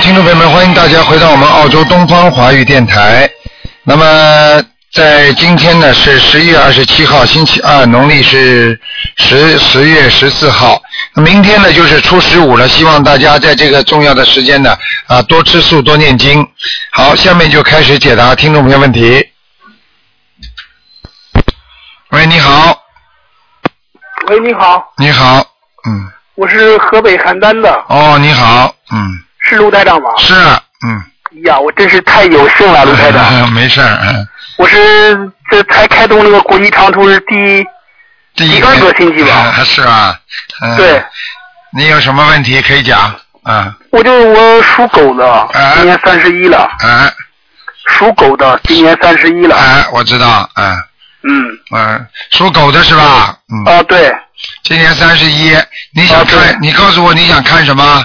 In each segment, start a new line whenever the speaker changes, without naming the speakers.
听众朋友们，欢迎大家回到我们澳洲东方华语电台。那么在今天呢是十一月二十七号，星期二，农历是十十月十四号。那明天呢就是初十五了，希望大家在这个重要的时间呢啊多吃素，多念经。好，下面就开始解答听众朋友问题。喂，你好，
喂，你好，
你好，嗯，
我是河北邯郸的，
哦，你好，嗯，
是卢台长吗？
是，嗯，
哎呀，我真是太有幸了，卢台长。
没事儿，嗯，
我是这才开通这个国际长途是第
第一
第二个星期吧
嗯是吧？嗯，
对，
你有什么问题可以讲？啊
我就我属狗的，今年三十一了，
啊
属狗的，今年三十一了。
啊！我知道，啊
嗯，
嗯，属狗的是吧？嗯，
啊对，
今年三十一，你想
啊对
看？你告诉我你想看什么？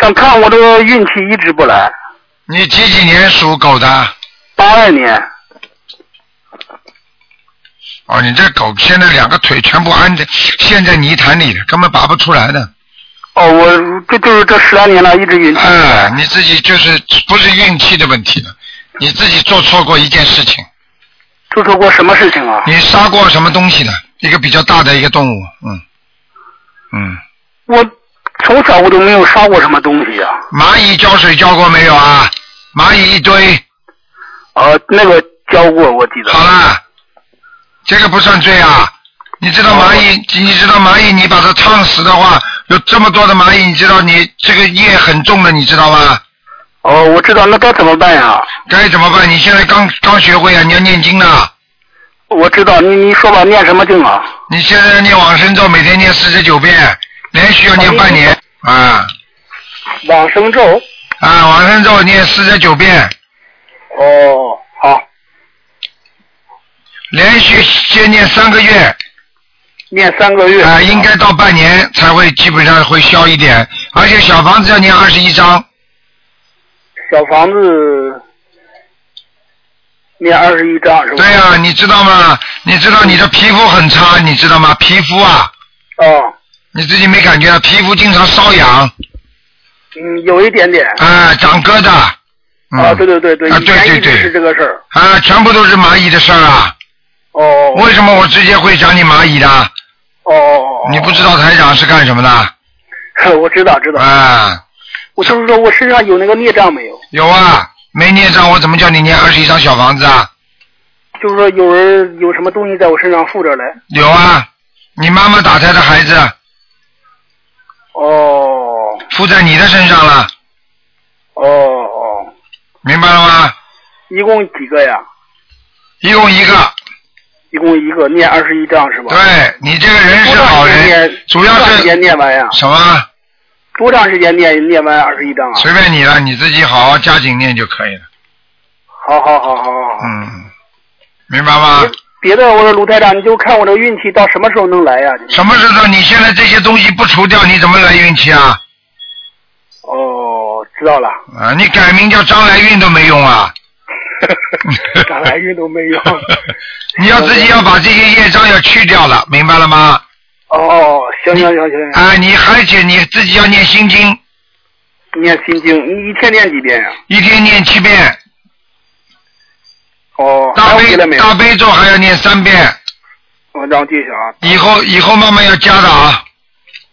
想看我这个运气一直不来，
你几几年属狗的？
八二年，
哦，你这狗现在两个腿全部安在陷在泥潭里了，根本拔不出来的。
哦，我这就是这十来年了，一直运气不来。
哎，你自己就是不是运气的问题了，你自己做错过一件事情，
做错过什么事情啊？
你杀过什么东西的？一个比较大的一个动物，嗯，嗯。
我从小我都没有杀过什么东西啊。
蚂蚁浇水浇过没有啊？蚂蚁一堆，
呃，那个教过，我记得。
好啦，这个不算罪啊。你知道
哦
蚂蚁，你知道蚂蚁，你把它烫死的话，有这么多的蚂蚁，你知道你这个业很重的，你知道吗？
哦，我知道，那该怎么办呀？
该怎么办？你现在刚刚学会啊，你要念经啊。
我知道，你你说吧，念什么经啊？
你现在念往生咒，每天念四十九遍，连续要念半年
哦
啊
往生咒。
啊！往生咒念四十九遍，
哦，好，
连续先念三个月，
念三个月。
啊、应该到半年才会基本上会消一点，而且小房子要念二十一章，
小房子念二十一章是吧？
对呀、你知道吗？你知道你的皮肤很差，你知道吗？皮肤啊，
哦，
你自己没感觉啊？皮肤经常瘙痒，啊、
嗯，有一点点。
长疙瘩，嗯、
啊，对对对对，
啊
以前
对对
一直
对
是这个事儿。
啊全部都是蚂蚁的事儿啊！
哦哦
为什么我直接会讲你蚂蚁的？
哦哦哦。
你不知道台长是干什么的？
道？ 我知道知道。
啊，
我就是说我身上有那个孽障没有？
有啊，没念上我怎么叫你念二十一张小房子啊？
就是说有人有什么东西在我身上附着来？
有啊，你妈妈打胎的孩子
哦
附在你的身上了。
哦哦，
明白了吗？
一共几个呀？
一共一个，
一共一个，念二十一章是吧？
对你这个人
多
是
长
好
时间
人
念？，
主要
多长时
是
间念完呀？
什么？
多长时间念念完二十一章啊？
随便你了，你自己好好加紧念就可以了。
好好好好好。好。
嗯，明白吗？
别的，我说卢台长，你就看我这运气到什么时候能来呀、
什么时候你现在这些东西不除掉，你怎么来运气啊？
哦，知道了，
啊，你改名叫张来运都没 用啊！
咋来运都没有。
你要自己要把这些业障要去掉了，明白了吗？
哦，行行行行行，
啊，你而且你自己要念心经，
念心经，你一天念几遍呀、
一天念七遍，
哦，
大
还有
悲
别的没有？
大悲咒还要念三遍，
我让我记下啊。
以后以后慢慢要加的啊。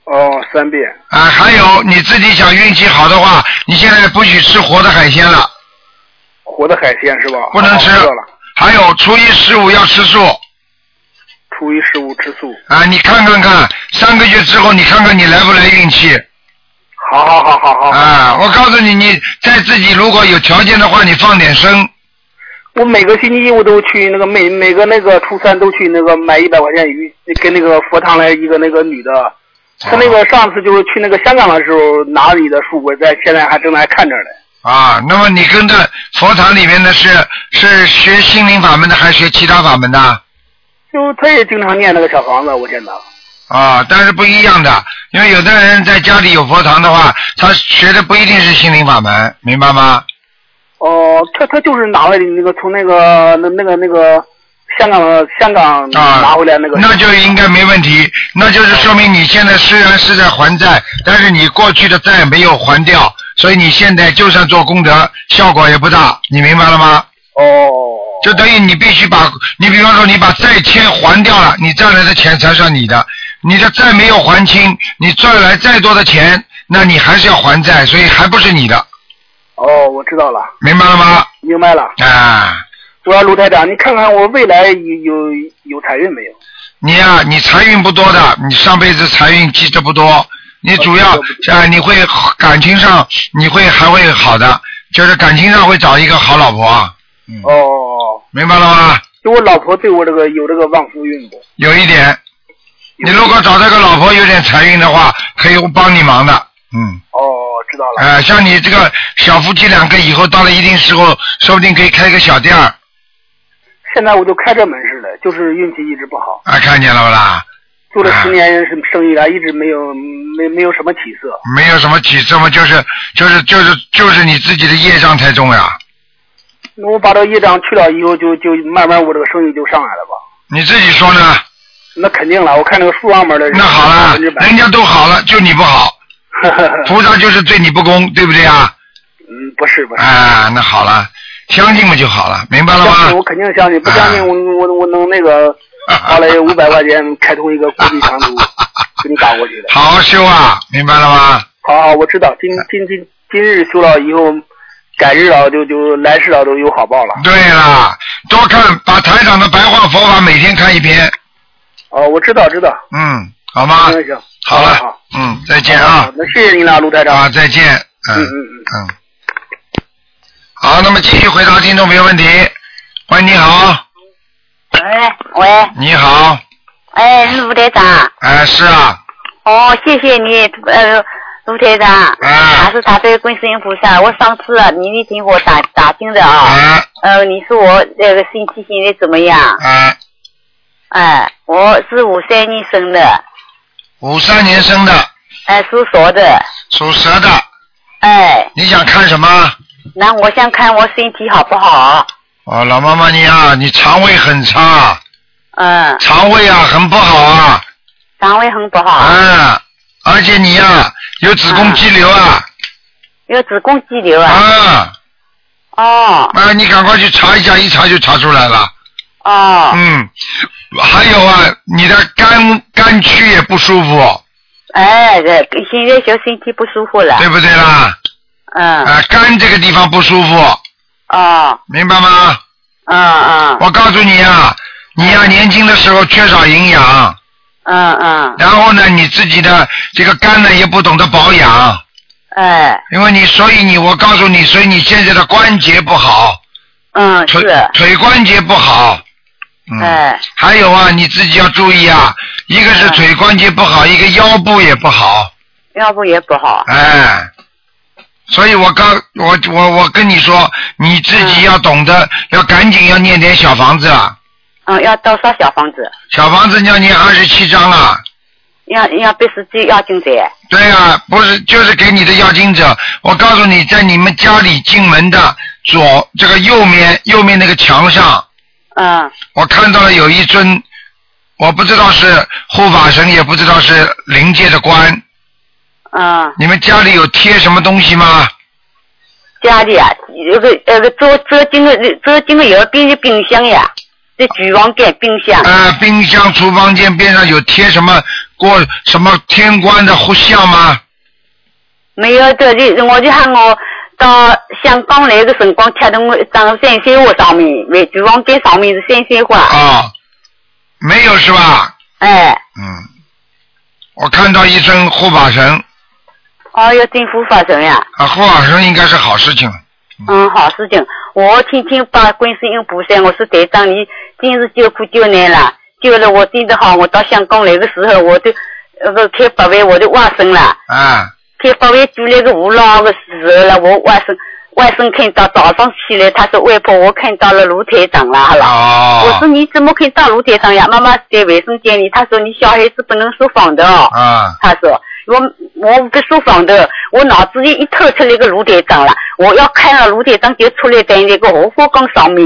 哦，三遍。
啊，还有你自己想运气好的话，你现在不许吃活的海鲜了，
活的海鲜是吧？
不能吃
哦知道了。
还有初一十五要吃素
初一十五吃素。
啊！你看看看，三个月之后你看看你来不来运气
好好好好好。
啊！我告诉你，你在自己如果有条件的话，你放点生
我每个星期一我都去那个每每个那个初三都去那个买一百块钱鱼，跟那个佛堂来一个那个女
哦
的，她那个上次就是去那个香港的时候拿你的书，我在现在还正在看着呢。
啊。那么你跟着佛堂里面的是是学心灵法门的，还是学其他法门的
就她也经常念那个小房子，我见到。
啊？但是不一样的，因为有的人在家里有佛堂的话，他学的不一定是心灵法门，明白吗？
哦，她她就是拿了那个从那个那那个那个香港的香港
啊，
拿回来那个。
那就应该没问题。那就是说明你现在虽然是在还债，但是你过去的债没有还掉，所以你现在就算做功德，效果也不大，你明白了吗？
哦，
就等于你必须把，你比方说你把债先还掉了，你赚来的钱才算你的，你的债没有还清，你赚来再多的钱，那你还是要还债，所以还不是你的，
哦，我知道了，
明白了吗？
明白了。
啊，
主要卢台长，你看看我未来有有有财运没有？
你呀、你财运不多的，你上辈子财运积得不多，你主要
哦
啊，你会感情上你会还会好的，就是感情上会找一个好老婆，
哦，
明白了吗？
就我老婆对我这个有这个旺夫运不？
有一点，你如果找这个老婆有点财运的话，可以帮你忙的，嗯。
哦，知道了。
啊，像你这个小夫妻两个，以后到了一定时候，说不定可以开个小店儿
现在我就开这门市了，就是运气一直不好，
啊，看见了不啦？
做了
啊
十年生生意了，一直没有没没有什么起色。
没有什么起色嘛，就是就是就是就是你自己的业障太重呀，
那我把这业障去了以后，就就慢慢我这个生意就上来了吧？
你自己说呢？
那肯定了，我看这个树上面的人
那好
百
了
分之，百
人。家都好了，就你 不好，菩萨就是对你不公，对不对啊？
嗯，不是不是，
啊，那好了，相信嘛就好了，明白了
相信
吗啊
我？肯定相信，不相信我我我能那个花了五百块钱开通一个国际长 途给你打过去的。
好好修啊，明白了吗？
好好，我知道，今今今今日修了以后，改日了就就来世了都有好报了。
对啦，多看把台长的白话佛法每天看一篇，
哦，我知道知道，
嗯，好吗？
行行，
好
好
了
好，
嗯，再见啊
好，那谢谢您了，卢台长。
啊，再见，
嗯嗯
嗯
嗯。
嗯，好，那么继续回答听众朋友问题。喂，你好，
喂喂，
你好，
哎，是卢台长。
哎，是啊，
哦，谢谢你，呃，卢台长。
啊
还是打对观世音菩萨。我上次啊，你你给我打打听的啊，
哎
呃，你说我那个身体现在怎么样？
哎，
哎，我是五三年生的，
五三年生的，
哎，属蛇的，
属蛇的，
哎，
你想看什么？
那我想看我身体好不好？
哦，老妈妈你啊，你肠胃很差，
嗯，
肠胃啊很不好啊，
肠胃很不好，
啊，而且你呀、有子宫肌瘤啊，
有子宫肌瘤啊。
啊，
哦
啊，你赶快去查一下，一查就查出来了。
哦，
嗯，还有啊，你的肝肝区也不舒服，
哎，这现在就身体不舒服了。
对不对啦？啊、
嗯，
肝这个地方不舒服，
哦，
明白吗？
嗯嗯
我告诉你啊，你呀、年轻的时候缺少营养，
嗯嗯，
然后呢，你自己的这个肝呢也不懂得保养，
哎。
因为你所以你我告诉你，所以你现在的关节不好，
嗯，
腿
是，
腿关节不好。嗯，
哎，
还有啊，你自己要注意啊，一个是
嗯
腿关节不好，一个腰部也不好。
要不也不好。
哎，所以我刚我我我跟你说，你自己要懂得，要赶紧要念点小房子啊，
嗯，要多少小房子？
小房子要念二十七章啊。
要要必须就要进贼。
对啊，不是就是给你的要经者，我告诉你，在你们家里进门的左这个右面右面那个墙上，
嗯，
我看到了有一尊，我不知道是护法神，也不知道是灵界的官。
嗯，
你们家里有贴什么东西吗？
家里啊，有个那个做做金的做金的有个冰冰箱呀，这厨房间冰箱。
呃，冰箱、厨房间边上有贴什么过什么天官的画像吗？
没有的，就我就喊我到香港来的辰光，贴的我一张山水画上面，每厨房间上面是山水
啊、
画。
没有是吧？
哎，
嗯，我看到一尊护法神
哦，要政府发生呀。
啊，护法神应该是好事情。
嗯，好事情。我天天把观世音菩萨，我说队长，你真是救苦救难了，救了我真的好。我到香港来的时候，我都呃那个开八万，我都外甥了，
啊，
开八万做那个五老的时候了，我外甥外甥看到早上起来，他说外婆，我看到了卢台长了，好了。我说
哦，
你怎么看到卢台长呀？妈妈在卫生间里，他说你小孩子不能说谎的哦。
啊，
他说我我不说谎的，我脑子里一透出来个卢台长了，我要看了卢台长就出来在那个荷花岗上面，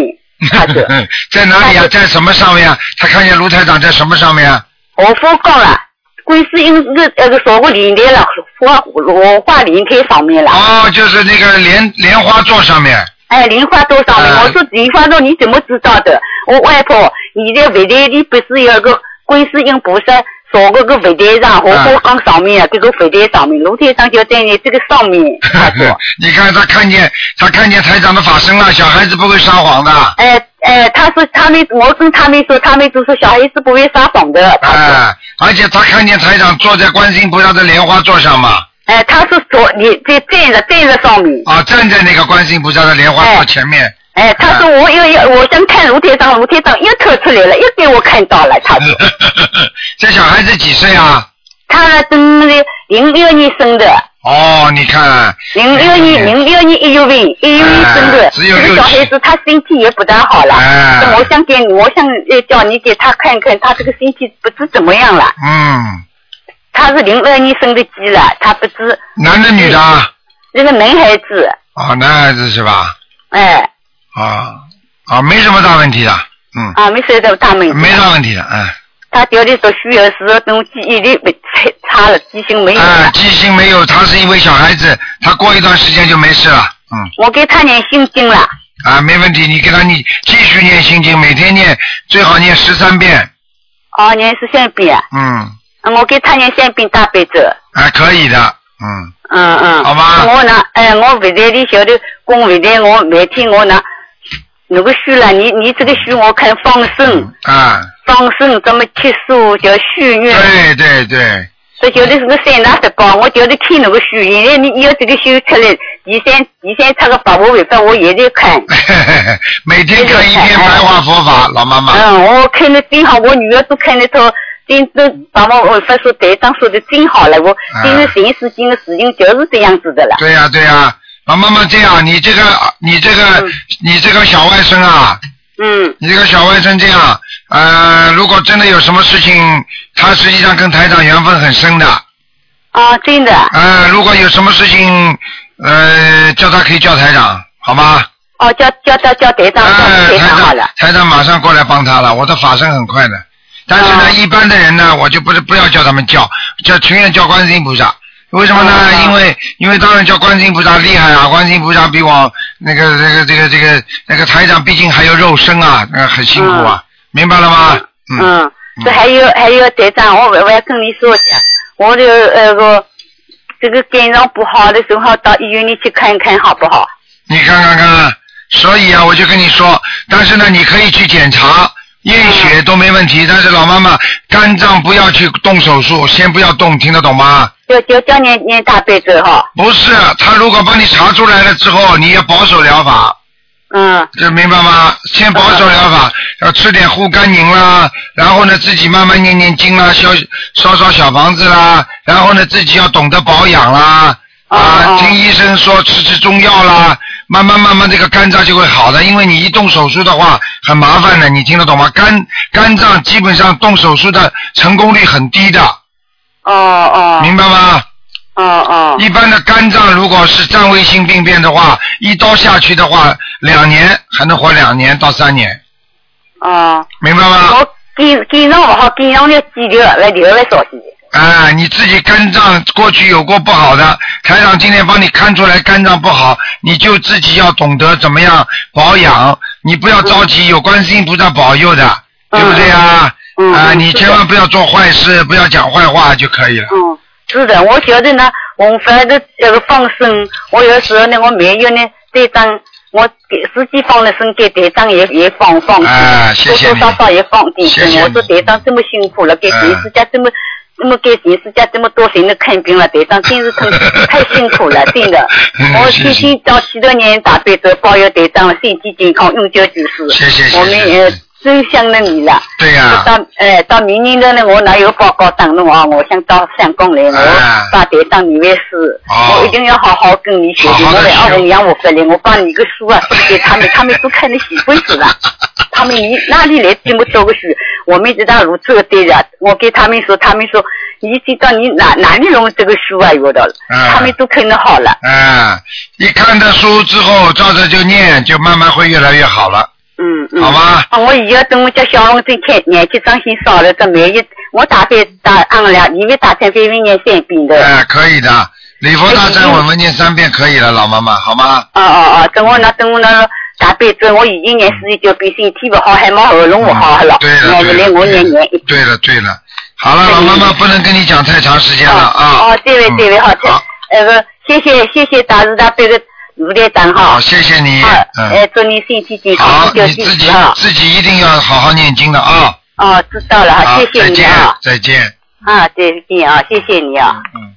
他说
在哪里
他
啊？
是
在什么上面啊？他看见卢台长在什么上面啊？
荷花岗了，观世音那那呃个说过莲台了，画我画莲台上面了。
哦，就是那个莲莲花座上面，
哎，莲花座上面，
嗯
我说莲花座你怎么知道的？我外婆现在饭店里不是有个观世音菩萨坐过个饭台上，我
嗯
我讲上面啊，这个饭台上面，卢台上就在你这个上面，他说
你看他看见他看见台长的法身了，小孩子不会撒谎的，
哎哎，他说他们，我跟他们说，他们就说小孩子不会撒谎的。他说
哎，而且他看见台长坐在观世音菩萨的莲花座上嘛，
哎，他是说你在站着站着上面。
啊，站在那个观世音菩萨的莲花座
哎
前面，
哎，他说我又要，我想看卢台长，卢台长又跳出来了，又给我看到了。他说
这小孩子 几岁啊？
他是那个零六年生的，
哦，你看，
零六年零六年一月份一月份生的
哎，只有
这
六
个小孩子他身体也不大好了。
哎
那我想给你，我想呃叫你给他看看他这个身体不知怎么样了。
嗯，
他是零二年生的鸡了，他不知
男的女的啊？
那个男孩子，
哦，男孩子是吧？
哎。
啊啊，没什么大问题的，嗯，
啊，没收到他们。
没大问题的，嗯。
他调理读书有时候等记忆力不太差了，记性没有了。
啊，记性没有，他是一位小孩子，他过一段时间就没事了。嗯，
我给他念心经了，
啊，没问题，你给他你继续念心经，每天念最好念十三遍。
哦，念十三遍，
嗯，
嗯我给他念三遍大悲咒。
啊，可以的。嗯，
嗯嗯。
好吧
我呢，哎，我回来的晓得，公回来我每天我呢，那个书了，你你这个书我看放生，
啊，
放生怎么吃素叫许愿，
对对对，
这晓得是个三大十高，我觉得看那个书，现在你要这个书出来，第三第三册个白话文法我也在看。
哎每天看一篇白话佛法，老妈妈。
嗯，我看的真好，我女儿都看得到，真真把我我发说台长说的真好了，我
啊
今日寻思今的事情就是这样子的了。
对呀、对呀、老妈妈这样，你这个你这个
嗯
你这个小外甥啊，
嗯，
你这个小外甥这样，呃，如果真的有什么事情，他实际上跟台长缘分很深的。
啊，真的，
呃，如果有什么事情，呃，叫他可以叫台长，好吗？
哦，叫叫叫叫台长，
哎、
叫台
台
长好了
长，。 台长马上过来帮他了。我的法身很快的，但是呢，
哦
一般的人呢，我就不是不要叫他们叫，叫情愿叫观世音菩萨。为什么呢？
哦
因为因为当然叫观世音菩萨厉害啊，观世音菩萨比我那个这个这个这个那个台长，毕竟还有肉身啊，那、很辛苦啊，明白了吗？嗯
嗯，这还有还有台长，我我要跟你说一下，我的那个这个肝脏不好的时候，到医院里去看看好不好？
你看看看，所以啊，我就跟你说，但是呢，你可以去检查验血都没问题，但是老妈妈肝脏不要去动手术，先不要动，听得懂吗？
叫叫叫念念大悲咒哈。
不是，他如果帮你查出来了之后，你要保守疗法，
嗯，
这明白吗？先保守疗法，要吃点护肝宁啦，然后呢自己慢慢念念经啦，烧烧烧小房子啦，然后呢自己要懂得保养啦，啊，
哦哦
听医生说吃吃中药啦，慢慢慢慢这个肝脏就会好的，因为你一动手术的话很麻烦的，你听得懂吗？肝肝脏基本上动手术的成功率很低的，
哦哦
明白吗？
哦哦。
一般的肝脏如果是占位性病变的话，一刀下去的话，两年还能活两年到三年。
哦，
明白吗？
我肝肝脏不好，肝脏要肌瘤来瘤来烧死。
啊，你自己肝脏过去有过不好的，台长今天帮你看出来肝脏不好，你就自己要懂得怎么样保养，你不要着急，有观世音菩萨保佑的，
嗯
对不对啊？
嗯
啊，
嗯
你
是的
千万不要做坏事，不要讲坏话就可以了。
嗯，是的，我晓得呢，我反正这个放生，我有时候呢，我每月呢，这张我给自己放了生，给队长也也放放，
啊谢谢
多
你
多少少也放点
谢谢
我说
你
队长这么辛苦了，给
嗯
全世界这么。那么给全世界这么多人的看病了，队长真是太太辛苦了，真的
嗯。
我
谢
天
谢
天到许多年大悲咒，保佑队长身体健康，永久居世。
谢谢谢谢
我们呃
谢谢
真想了你了。
对呀、
到哎，到明年的呢，我哪有报告当中啊？我想到香港来，
哎
我把台当你为师，
哦
我一定要好好跟你学习。
好好
我
地
来
学
澳门养我回来，我把你个书 啊送给他们，他们都看得喜欢死了。他们你哪里来这么多个书？我们知道如这个对的，我给他们说，他们说你知道你哪哪里弄这个书啊？有的了，
哎
他们都看得好了。
啊，一看这书之后，照着就念，就慢慢会越来越好了。
嗯嗯。
好吗？
啊，我以后等我家小龙真开年纪长心少了，这每一我打算打俺俩，你们打算给我念三遍的。
哎，可以的，礼佛大忏悔文念三遍可以了，老妈妈，好吗？
哦哦哦，等我那等我那大辈子，我已经念四十九遍，身体不好，还没喉咙不哦好了。
嗯对了，
那
对
就来
了，
我念念一。
对了，对了，好了，
对
老妈妈不能跟你讲太长时间了啊。
哦，哦这位这位好，这
好
那个谢谢谢谢大慈大悲的卢台长
好，
哈。
啊谢谢你，
好，
嗯，
哎，祝你身体健
好
康，，
你
身体
自己
健康。
自己一定要好好念经的啊。
哦，知道了，
好
谢，谢
再
你
见
啊，，
再见，
啊，再见啊，谢谢你啊。
嗯。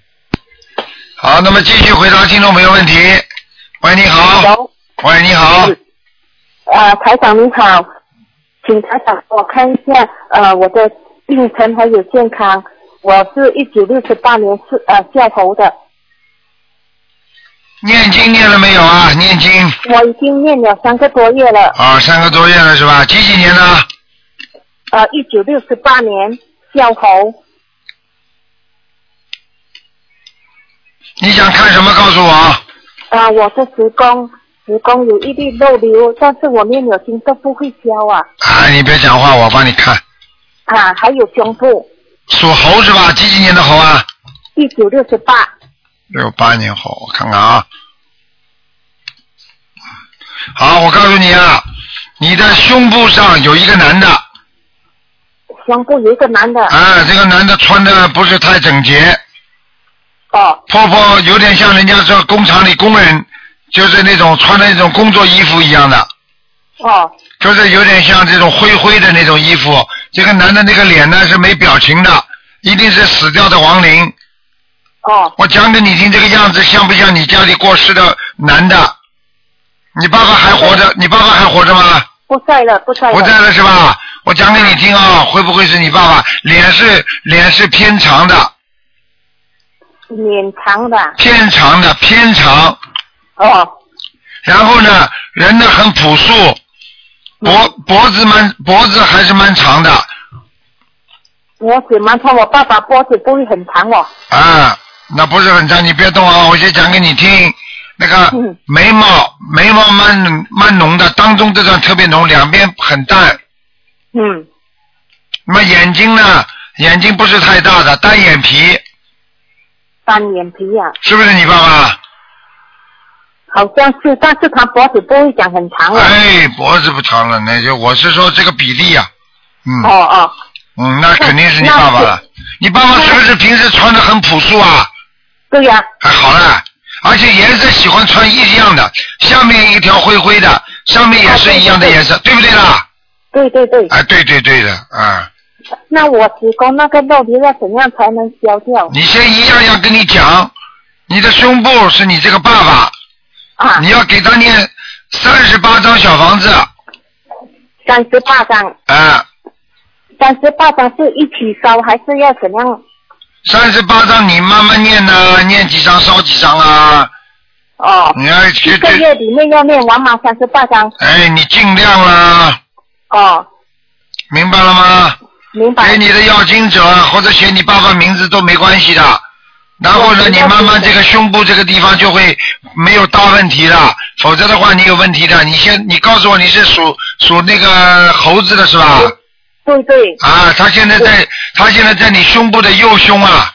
好，那么继续回答听众朋友问题。喂，你好，
有，
喂，你好，
嗯
呃，台长您好，请台长帮我看一下，呃，我的病程还有健康。我是一九六八年是呃下头的，
念经念了没有啊？念经
我已经念了三个多月了。
啊，三个多月了是吧？几几年的？
呃，一九六八年下头，
你想看什么？告诉我。
啊、我的子宫子宫有一粒肉瘤，但是我念了经都不会消啊
哎，你别讲话，我帮你看。
啊，还有胸部，
属猴是吧？几几年的猴啊？
一九六八，
六八年猴，我看看啊。好，我告诉你啊，你的胸部上有一个男的，
胸部有一个男的，
啊，这个男的穿的不是太整洁，
哦
破破有点像人家这工厂里工人，就是那种穿的那种工作衣服一样的，
哦
就是有点像这种灰灰的那种衣服。这个男的那个脸呢是没表情的，一定是死掉的亡灵。
哦
我讲给你听，这个样子像不像你家里过世的男的？你爸爸还活着？你爸爸还活着吗？
不在了不在了，
不在了是吧？我讲给你听
嗯
啊，会不会是你爸爸？脸是脸是偏长的，
脸长的
偏长的，偏长。
哦。
然后呢，人呢很朴素，
嗯
脖脖子蛮脖子还是蛮长的
脖子蛮长，我爸爸脖子不会很长哦。
啊，那不是很长，你别动啊，我先讲给你听。那个
嗯
眉毛眉毛蛮蛮浓的，当中这段特别浓，两边很淡。
嗯，
那么眼睛呢，眼睛不是太大的，单眼皮，
单眼皮啊，
是不是你爸爸？
好像是，但是他脖子不会讲很长哦。
哎，脖子不长了，那就我是说这个比例呀、嗯、
哦哦，
嗯，那肯定是你爸爸
那
了。你爸爸是不是平时穿的很朴素啊？
对呀、
还好啦，而且颜色喜欢穿一样的，下面一条灰灰的，上面也是一样的
啊
颜色，对不对啦？
对对对。
哎，对对对的，啊，
那我子宫那个肉瘤要怎样才能消掉
你先一样样跟你讲，你的胸部是你这个爸爸，
啊？
你要给他念三十八张小房子，
三十八张，
啊，
三十八张是一起烧还是要怎样？
三十八张你慢慢念呐、念几张烧几张啊，
哦，
你要绝
一个
对，
月里面要念完吗？三十八张。
哎，你尽量啦，
哦，
明白了吗？
明白
给。你的要经者或者写你爸爸名字都没关系的。然后呢，
我知
你
道
慢慢
这
这
个
个胸部这个地方就会没有大问题了，否则的话你有问题的。你先，你告诉我你是属属那个猴子的是吧？
对对，
啊，他现在在，他现在在你胸部的右胸啊，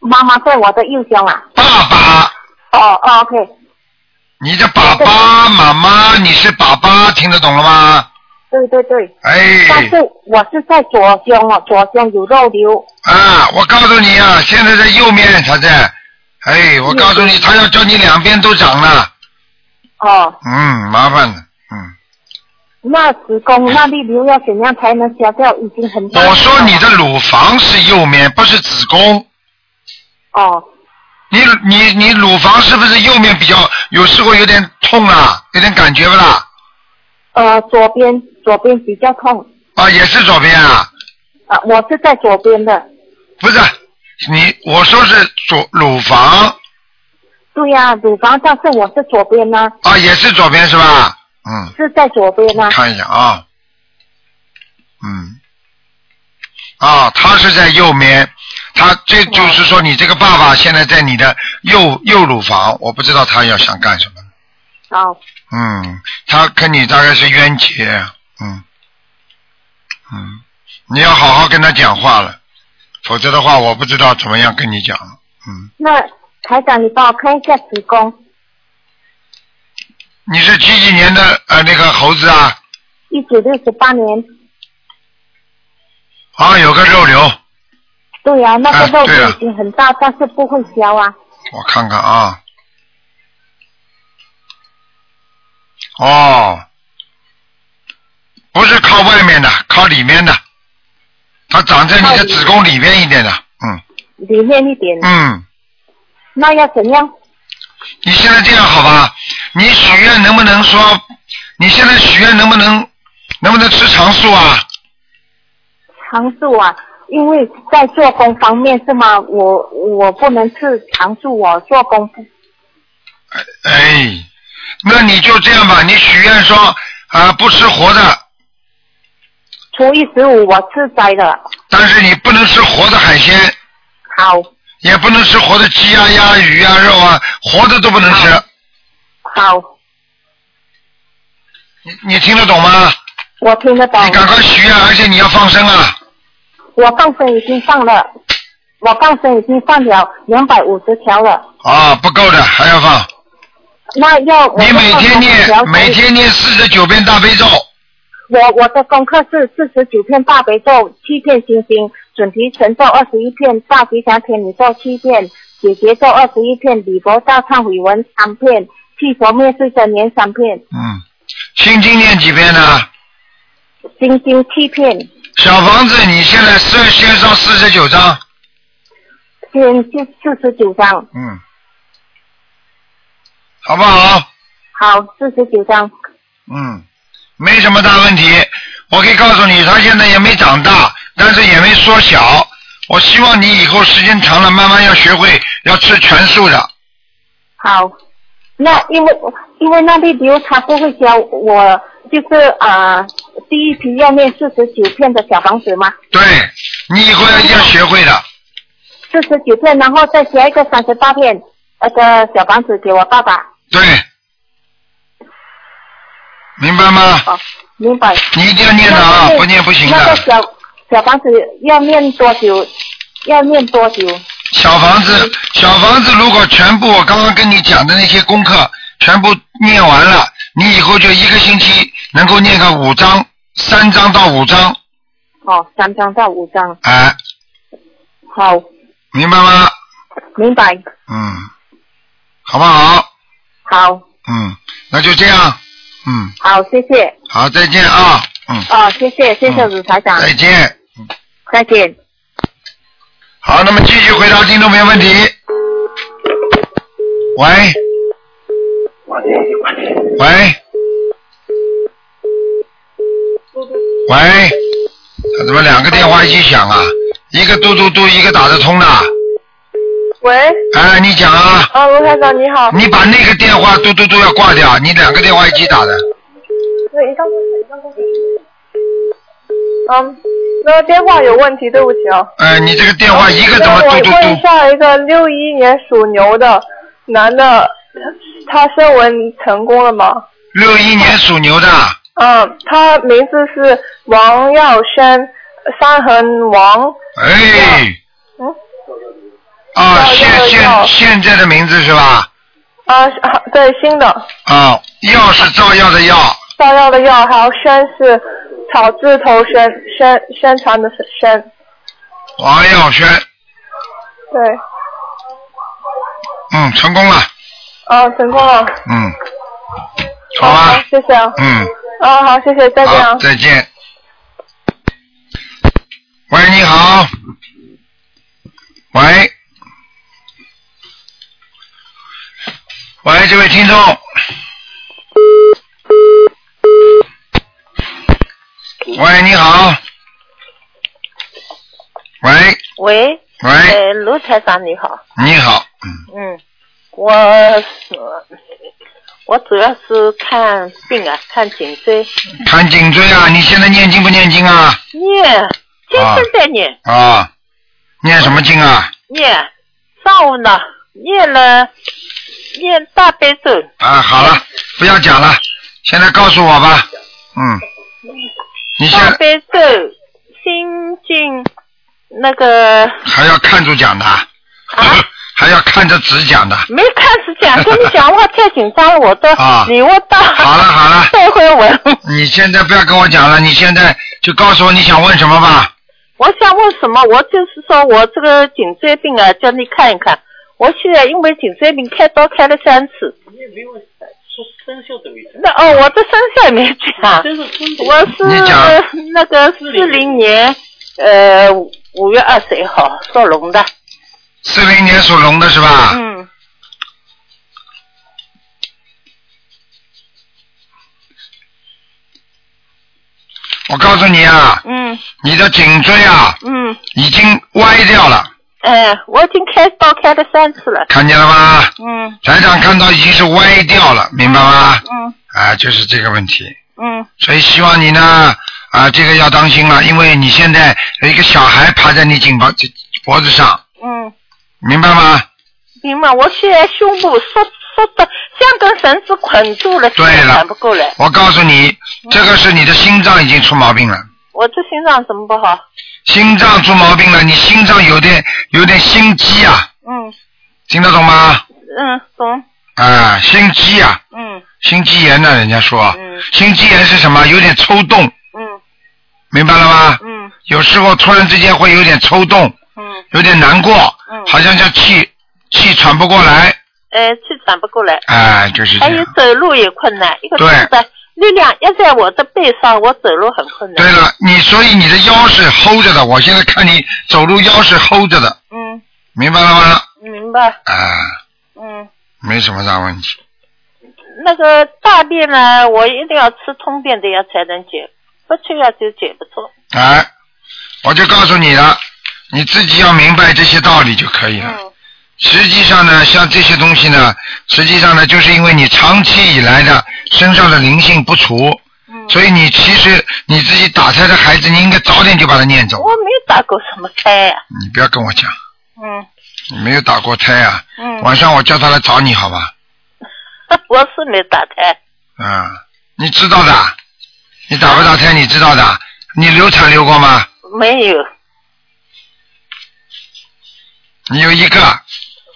妈妈在我的右胸啊。
爸爸，
哦哦，OK，
你的爸爸妈妈，你是爸爸，听得懂了吗？
对对对。
哎，
但是我是在左胸哦，左胸有肉瘤。
啊，我告诉你啊，现在在右面他在，哎，我告诉你，他要叫你两边都长了。
哦，
嗯，麻烦了。嗯，
那子宫那粒瘤要怎样才能消掉？已经很大了
我说你的乳房是右面，不是子宫。
哦，
你你你乳房是不是右面比较有时候有点痛啊，有点感觉不啦？
呃，左边左边比较痛
啊，也是左边啊，
啊、我是在左边的。
不是你我说是左乳房
对呀、乳房，但是我是左边呢、
啊，也是左边是吧？嗯，
是在左边呢、
看一下啊，嗯，啊，他是在右面，他这就是说你这个爸爸现在在你的右右乳房，我不知道他要想干什么。
好，
嗯，他跟你大概是冤结，嗯，嗯，你要好好跟他讲话了，否则的话我不知道怎么样跟你讲了，嗯，
那台长你帮我看一下子宫，
你是几几年的呃那个猴子啊？
一九六十八年，
啊，有个肉瘤，
对呀、那
啊
个肉
对啊
已经很大，但是不会消啊。
我看看啊，哦，不是靠外面的，靠里面的，它长在你的子宫里面一点的，嗯
里面一点，
嗯。
那要怎样？
你现在这样好吧？你许愿能不能说？你现在许愿能不能能不能吃长素啊？
长素啊，因为在做工方面是吗？我我不能吃长素，我做工不
哎，那你就这样吧，你许愿说啊、不吃活的，
初一十五我吃斋的，
但是你不能吃活的海鲜，
好，
也不能吃活的鸡啊、鸭、鱼啊、肉啊，活的都不能吃。
好，
你你听得懂吗？
我听得懂
你。赶快许愿，而且你要放生啊！
我放生已经放了，我放生已经放了两百五十条了。
啊，不够的，还要放。
那要我
你每天
的放
念，
生
每天念四十九遍大悲咒。
我我的功课是四十九片大悲咒，七片心经，准提神咒二十一片，大吉祥天女咒七片，解结咒二十一片，礼佛大忏悔文三片，气佛灭罪真言三片，
嗯，心经念几遍呢？
心经七片，
小房子，你现在是先上四十九章。
先就四十九章，
嗯，好不好？
好，四十九章，
嗯，没什么大问题。我可以告诉你，他现在也没长大，但是也没缩小。我希望你以后时间长了，慢慢要学会要吃全素的。
好。那因为因为那粒瘤它不会消，我就是啊、呃第一批要念四十九片的小房子嘛，
对，你以后要要学会的。
四十九片，然后再加一个三十八片那个小房子给我爸爸。
对，明白吗？
哦，明白。
你一定要念的啊，不念不行
那个
的。
小小房子要念多久？要念多久？
小房子，小房子，如果全部我刚刚跟你讲的那些功课全部念完了，你以后就一个星期能够念个五章，三章到五章，
哦，三张到五张。
哎，
好，
明白吗？
明白。
嗯，好不好？
好，
嗯，那就这样，嗯，
好，谢谢。
好，再见啊，嗯，
哦，谢谢，谢谢鲁台长，
再见。
再见。
好，那么继续回答听众朋友问题。喂，喂，喂，怎么两个电话一起响啊？一个嘟嘟嘟，一个打得通的。
喂，
哎，你讲啊，
啊，罗台长你好，
你把那个电话嘟嘟嘟要挂掉，你两个电话一起打的。
对，一张公司一张公司嗯，那电话有问题，对不起啊。
哎，你这个电话一个怎么
那我
嘟嘟
问一
嘟？
下，一个六一年属牛的男的，他升文成功了吗？
六一年属牛的，
嗯，他名字是王耀轩，山横王，
哎，
嗯，
啊，
要
现
要
现
要
现在的名字是吧？
啊，啊对，新的，
啊，药是照药的药，
照耀的耀，还有轩是草字头宣宣宣传的宣，
王耀轩，
对，
嗯，成功了，
啊，成功了，
嗯，好
啊
吧，
谢谢啊。
嗯，
啊，好，谢谢，再见
好，
啊。
再见。喂，你好。喂，喂，这位听众，喂，你好。喂
喂，
喂，
呃，卢台长你好，
你好，嗯，
嗯，我我主要是看病啊，看颈椎，
看颈椎啊，你现在念经不念经啊？
念，今
啊
天在念、
啊，念什么经啊？
念，上午呢念了念大悲咒，
啊，好了，不要讲了，现在告诉我吧。嗯，你现
大
在
悲咒心经那个
还要看住讲的啊，
啊，
还要看着纸讲的。
没开始讲，跟你讲话太紧张了，我都
啊
礼物到，
好了 好了，
再会文。
你现在不要跟我讲了，你现在就告诉我你想问什么吧。
我想问什么？我就是说我这个颈椎病啊，叫你看一看。我现在因为颈椎病开刀开了三次。那哦，我的生肖没讲，我
你
是
讲
那个四零年，呃，五月二十一号属龙的。
啊四零年属龙的是吧？
嗯，
我告诉你啊，
嗯
你的颈椎啊
嗯，
已经歪掉了，
哎，我已经开刀开了三次了。
看见了吗？
嗯
台长看到已经是歪掉了，明白吗？
嗯
啊，就是这个问题。
嗯
所以希望你呢，啊，这个要当心了，因为你现在有一个小孩爬在你颈脖脖子上，
嗯，
明白吗？
明白。我现在胸部缩缩的像根绳子捆住了，
对了
喘不过来。
我告诉
嗯
你，这个是你的心脏已经出毛病了，
我这心脏怎么不好？
心脏出毛病了，你心脏有点有点心肌啊，
嗯
听得懂吗？
嗯，懂。
啊，心肌啊，
嗯
心肌炎呢，人家说，
嗯
心肌炎是什么？有点抽动，
嗯
明白了吗？
嗯
有时候突然之间会有点抽动，
嗯，
有点难过，
嗯
好像像气气喘不过来，
哎，气喘不过来，
哎，就是这
还有
样。
走路也困难，一个
对
重的力量压在我的背上，我走路很困
对
难。
了，你所以你的腰是 hold 着的，我现在看你走路腰是 hold 着的，
嗯，
明白了吗？
明白。
啊，
嗯，
没什么大问题。
那个大便呢，我一定要吃通便的药才能解，不吃药就解不住。
哎，我就告诉你了，你自己要明白这些道理就可以了。
嗯
实际上呢，像这些东西呢，实际上呢，就是因为你长期以来的身上的灵性不除，
嗯，
所以你其实你自己打胎的孩子，你应该早点就把他念走
我。没打过什么胎啊呀。
你不要跟我讲，
嗯
你没有打过胎啊。
嗯，
晚上我叫他来找你，好吧？
我是没打胎。
啊、你知道的，你打不打胎你知道的，你流产流过吗？
没有，
你有一个，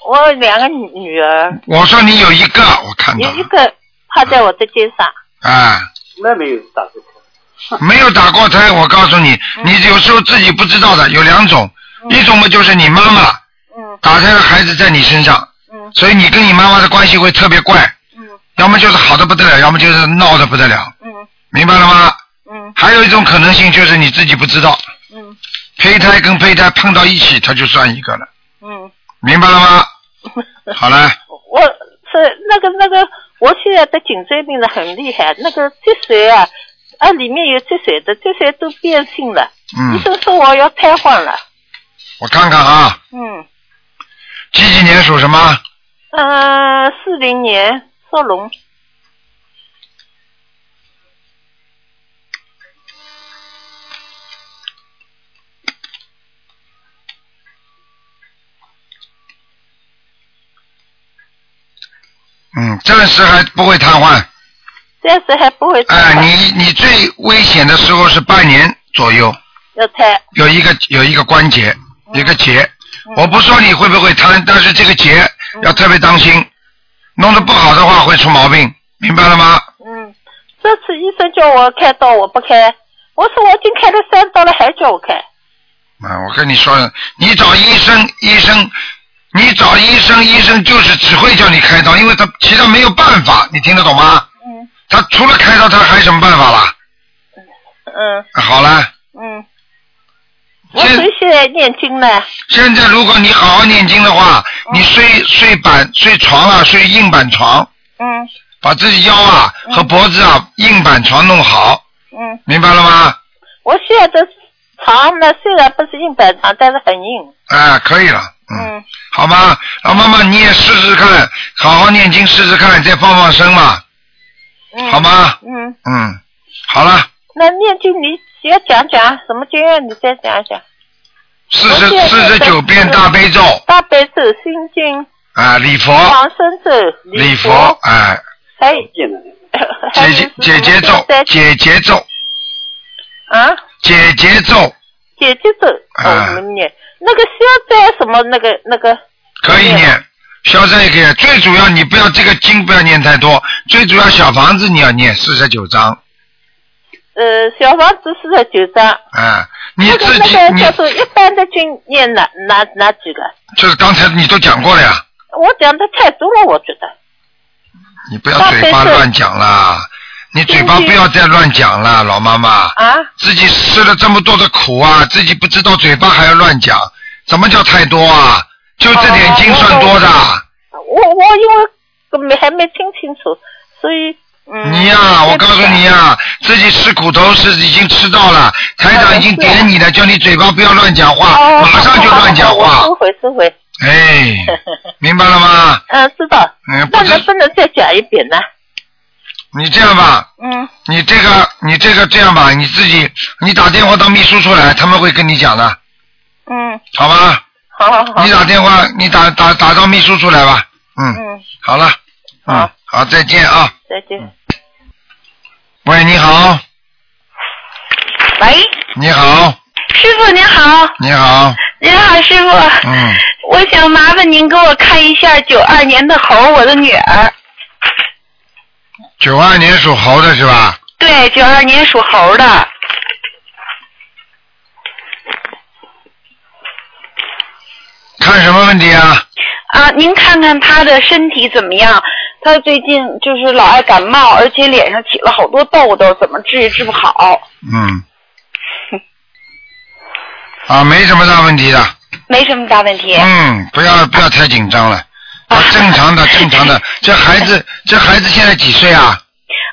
我有两个女女儿，
我说你有一个，我看到
有一
了，
个趴在我的肩上，
啊、
那没有打过。
没有打过胎，我告诉你，
嗯
你有时候自己不知道的有两种，一种嘛就是你妈妈
嗯
打胎的孩子在你身上，
嗯
所以你跟你妈妈的关系会特别怪，
嗯
要么就是好的不得了，要么就是闹的不得了，
嗯
明白了吗？
嗯
还有一种可能性就是你自己不知道，
嗯
胚胎跟胚胎碰到一起，它就算一个了，
嗯，
明白 了吗？好了，
我是那个那个，我现在的颈椎病呢很厉害，那个脊髓啊啊里面有脊髓的，脊髓都变性了，医
嗯，
生说我要瘫痪了。
我看看啊，
嗯
几几年属什么？
呃，四零年属龙，
嗯，暂时还不会瘫痪，
暂时还不会瘫
哎、
痪，
你你最危险的时候是半年左右。
要瘫。
有一个有一个关节，
嗯
一个结。我不说你会不会瘫，但是这个结要特别当心，弄得不好的话会出毛病，明白了吗？
嗯，这次医生叫我开刀，我不开。我说我已经开了三刀了，还叫我开。
啊，我跟你说，你找医生，医生，你找医生，医生就是只会叫你开刀，因为他其他没有办法，你听得懂吗？
嗯
他除了开刀，他还有什么办法啦？
嗯
啊好了，
嗯，我
现
所以现在念经呢。哦
现在如果你好好念经的话，你睡睡板睡床啊，睡硬板床，
嗯
把自己腰啊和脖子啊硬板床弄好，
嗯。
明白了吗？
我现在的床呢，虽然不是硬板床，但是很硬。
哎，可以了，嗯，
嗯
好吗？老妈妈你也试试看，好好念经试试看，再放放生嘛，
嗯。
好？吗？
嗯，
嗯，好了，
那念经你要讲讲什么经啊？你再讲一讲。
四
我
十
现在
四十九遍大悲咒
大悲咒、心经、
啊，礼佛，
往生咒、
礼
佛，
佛，哎，
还有
见了。
还
姐
有
姐
是
姐姐咒
在，
姐姐咒，
啊，
姐姐咒
姐姐咒，
啊
哦，我们念那个消灾什么那个那个
可以念，消灾也可以念。最主要你不要这个经不要念太多，最主要小房子你要念四十九章
呃小房子四十九章，
啊，你
那个
自己
那个
你
叫做一般的经念哪哪哪几个？
就是刚才你都讲过了呀，
我讲的太多了，我觉得。
你不要嘴巴乱讲啦，你嘴巴不要再乱讲啦，老妈妈。
啊，
自己吃了这么多的苦啊，自己不知道，嘴巴还要乱讲，什么叫太多啊？就这点经算多的，
哦我我因为没还没听清楚，所以嗯。
你呀、我告诉你呀、自己吃苦头是已经吃到了，台长已经点你了，叫你嘴巴不要乱讲话，
哦，
马上就乱讲
好好好
话
好，收回收回。
哎，明白了吗？
嗯，知道。
嗯，不
那能
是，
不能再讲一遍呢？
你这样吧，
嗯，
你这个，你这个这样吧，你自己，你打电话到秘书处来，他们会跟你讲的，
嗯，
好吧？
好好好
你。打电话，你打打打到秘书处来吧。嗯，
嗯，
好了，嗯
好，
好，再见啊。
再见。
喂，你好，
喂，
你好，
师傅您好，
你好，
您好师傅，
嗯，
我想麻烦您给我看一下九二年的猴，我的女儿，
九二年属猴的是吧？
对，九二年属猴的，
看什么问题啊？
啊，您看看她的身体怎么样？她最近就是老爱感冒，而且脸上起了好多痘痘，怎么治也治不好，
嗯，啊，没什么大问题的。
没什么大问题。
嗯，不要不要太紧张了，啊，正常的正常的。这孩子这孩子现在几岁啊？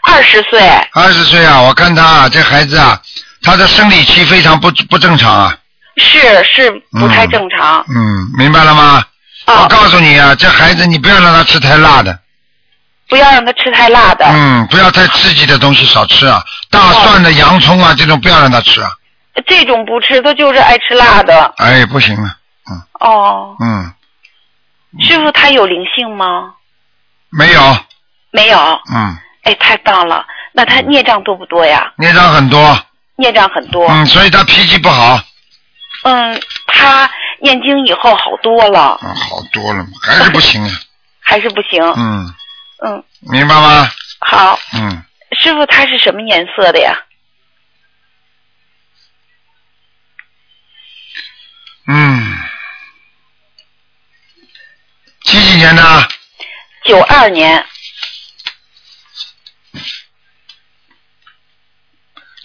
二十岁，
二十岁啊，我看他啊，这孩子啊，他的生理期非常不不正常啊。
是是不太正常。
嗯，明白了吗？
啊
我告诉你啊，这孩子你不要让他吃太辣的，
不要让她吃太辣的。
嗯，不要太刺激的东西少吃啊，大蒜的、洋葱啊这种不要让他吃啊。
这种不吃，她就是爱吃辣的。
哎，不行了，
哦，
嗯，
师傅，她有灵性吗？
没有，
没有。
嗯，
哎，太棒了！那他孽障多不多呀？
孽障很多，
孽障很多。
嗯，所以他脾气不好，
嗯，他念经以后好多了，
啊，好多了，还是不 行啊，
还是不行。
嗯，
嗯，
明白吗？
好，
嗯，
师傅，他是什么颜色的呀？
嗯，几几年的？
九二年，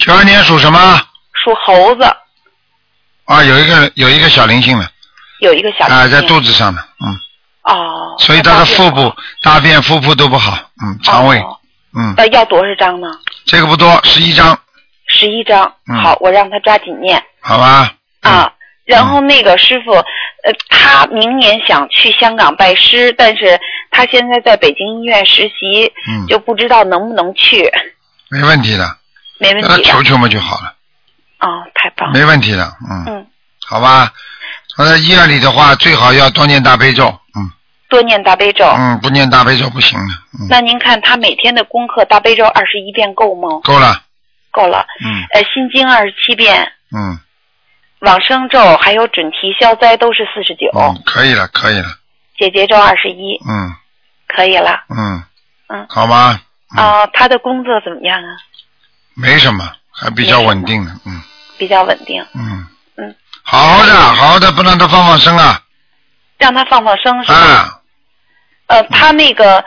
九二年属什么？
属猴子，
啊，有一个有一个小灵性了，
有一个小
啊，
灵
在
性
肚子上的，嗯，
哦，
所以他的腹部、大便、腹部都不好，嗯，肠胃，
哦
嗯，
呃，要多少张呢？
这个不多，十一张，
十一张。
嗯
好，我让他抓紧念
好吧？嗯，
啊。然后那个师傅，呃，他明年想去香港拜师，但是他现在在北京医院实习，
嗯
就不知道能不能去。
没问题的，
没问
让他
题的
啊求求嘛就好了，
哦，太棒了。
没问题的，嗯，
嗯，
好吧？他在医院里的话，最好要多念大悲咒，嗯
多念大悲咒。
嗯，不念大悲咒不行的，嗯，
那您看他每天的功课大悲咒二十一遍够吗？
够了，
够了。
嗯
呃，心经二十七遍，
嗯
往生咒还有准提消灾都是四十九，
嗯，可以了，可以了，
解结咒二十一，
嗯
可以了。
嗯
嗯
好吧？嗯
啊、他的工作怎么样啊？
没什么，还比较
没什么
稳定的，嗯。
比较稳定，
嗯，
嗯，
好好的，好好的，不让他放放生啊！
让他放放生是吧？
啊，
呃，他那个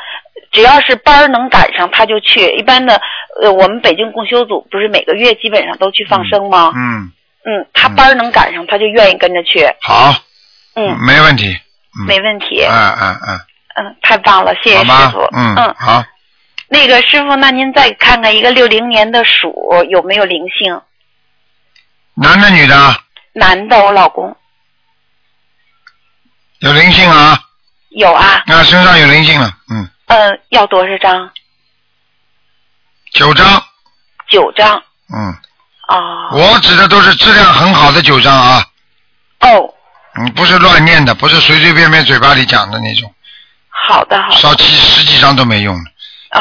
只要是班儿能赶上他就去，一般的呃，我们北京共修组不是每个月基本上都去放生吗？
嗯，
嗯，他班儿能赶上他就愿意跟着去，
好，
嗯，
没问题，嗯，
没问题。
嗯嗯嗯，
嗯，太棒了，谢谢
好
师
吧
傅。，
嗯，好，
那个师傅，那您再看看一个六零年的鼠有没有灵性？
男的女的
男的，我老公
有灵性啊，
有啊。
啊，身上有灵性了，嗯，
嗯，要多少张？
九张，
九张。
嗯，
哦
我指的都是质量很好的九张啊，
哦，
嗯，不是乱念的，不是随随便便嘴巴里讲的那种，
好的好的。哦
烧七十几张都没用，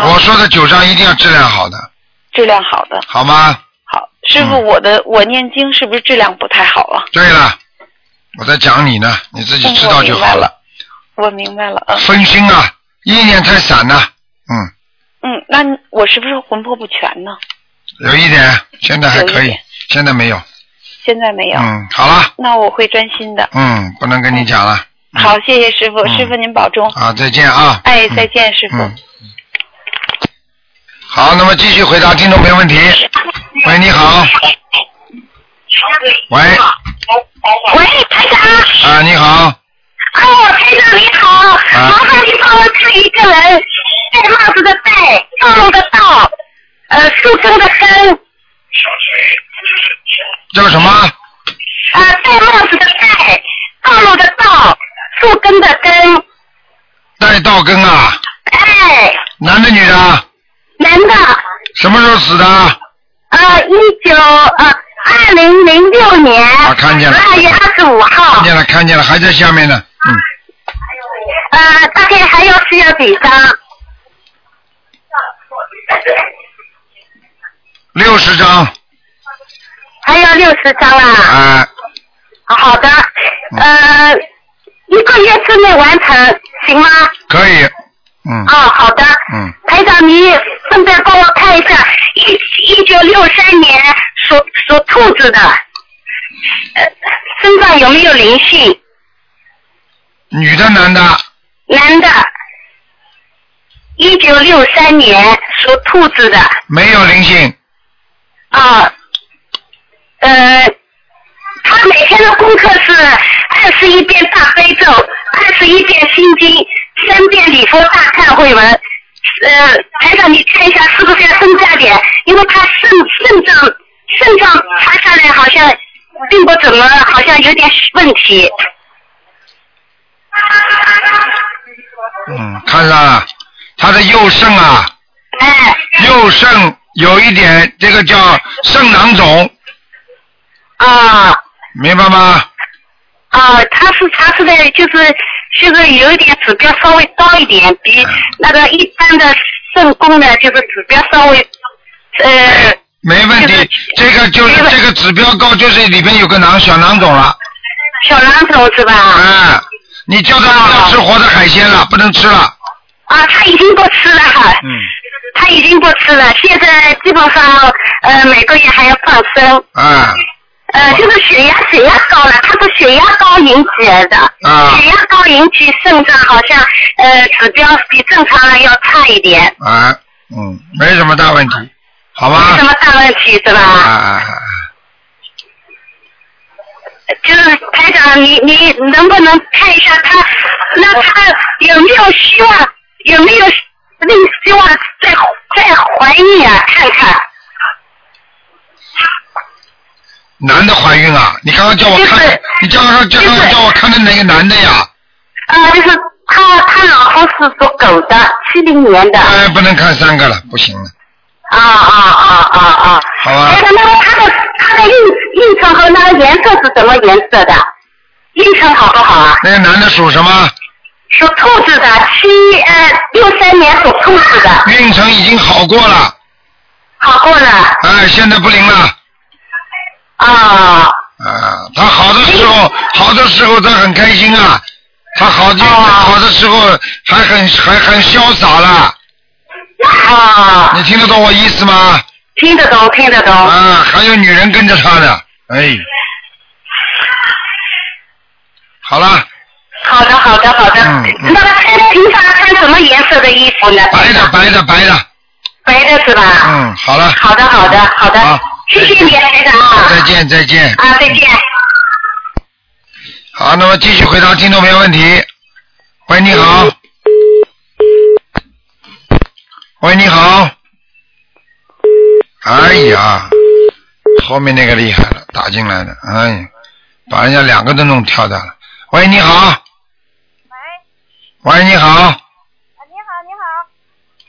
我说的九张一定要质量好的，
质量好的。
好吗？
好，师傅，
嗯
我的我念经是不是质量不太好啊？
对了，我在讲你呢，你自己知道就好了。
嗯我明白了，嗯
分心啊，意念太散了，嗯，
嗯，那你我是不是魂魄不全呢？
有一点，现在还可
有一
以
点，
现在没有，
现在没有，
嗯，好了，
那我会专心的。
嗯，不能跟你讲了，嗯
好，谢谢师傅，
嗯
师傅您保重。
好，再见啊，
哎，
嗯
再见，师傅。
嗯。好，那么继续回答听众朋友问题。喂，你好。喂。
喂，台长，
啊，你好。
哦，台长你好，麻烦你帮我看一个人，戴帽子的戴，道路的道，呃，树根的根，
叫什么？
呃，戴帽子的戴，道路的道，树根的根，
戴道根啊，
哎，
男的女的？
男的，
什么时候死的？啊，
呃，一九呃二零零六年
啊看见了，
二月二十五号
看，见了，看见了，还在下面呢。嗯，
呃，大概还要需要几张？
六十张。
还要六十张啊。
啊，
好的，呃，一个月之内完成，行吗？
可以。嗯
哦，好的。
嗯。
台长，你顺便帮我看一下，一一九六三年属属兔子的，呃，身上有没有灵性？
女的男的？
男的，一九六三年属兔子的，
没有灵性，
啊，呃，他每天的功课是二十一遍大悲咒，二十一遍心经，三遍礼佛大忏悔文。呃，台长，你看一下是不是要增加点？因为他肾肾脏肾脏查下来好像并不怎么，好像有点问题。
嗯，看上了，她的右肾啊，
哎，
右肾有一点，这个叫肾囊肿，
啊
明白吗？
啊，他是查出来就是就是有一点指标稍微高一点，比那个一般的肾功呢，就是指标稍微呃
没问题，这个就是这个指标高，就是里边有个囊小囊肿了。
小囊肿是吧？
哎，你叫他不要吃活的海鲜了，不能吃了。
啊，他已经不吃了，
嗯，
他已经不吃了，现在基本上呃每个月还要放生，
哎，
呃就是血压血压高了，他是血压高引起来的。
啊
血压高引起肾脏好像呃指标比正常人要差一点，
哎，嗯，没什么大问题，好吧？
没什么大问题是吧？
啊啊啊！
就是台长，你你能不能看一下他，那他有没有希望，有没有那个希望再再怀孕啊？看看，
男的怀孕啊？你刚刚叫我看，你刚刚叫刚刚叫我看的哪个男的呀？
啊、就是他他老公是属狗的，七零年的，啊
哎，不能看三个了，不行了，
啊啊啊啊！
好吧
台长，那么他的他的运运程和那个颜色是什么颜色的？运程好不好啊？
那个男的属什么？
属兔子的，七呃六三年属兔子的，
运程已经好过了，
好过了
哎，现在不灵了。
啊。哎
啊，他好的时候，好的时候他很开心啊，他好的、
啊
好的时候还很还很潇洒啦，
啊
你听得懂我意思吗？
听得懂，听得懂。
啊，还有女人跟着他呢，哎，好了，
好的，好的，好的。
嗯嗯
那么他平常穿什么颜色的衣服呢？
白的白的白的，
白的是吧？
嗯，好了，
好的，好的，好的。
好
谢谢你，台长啊。
再见再见，
啊，再见。
好，那么继续回答听众朋友问题。喂，你好。喂，你好。哎呀，后面那个厉害了，打进来了，哎呀，把人家两个都弄跳掉了。喂，你好。喂。喂，你好。你好，你好。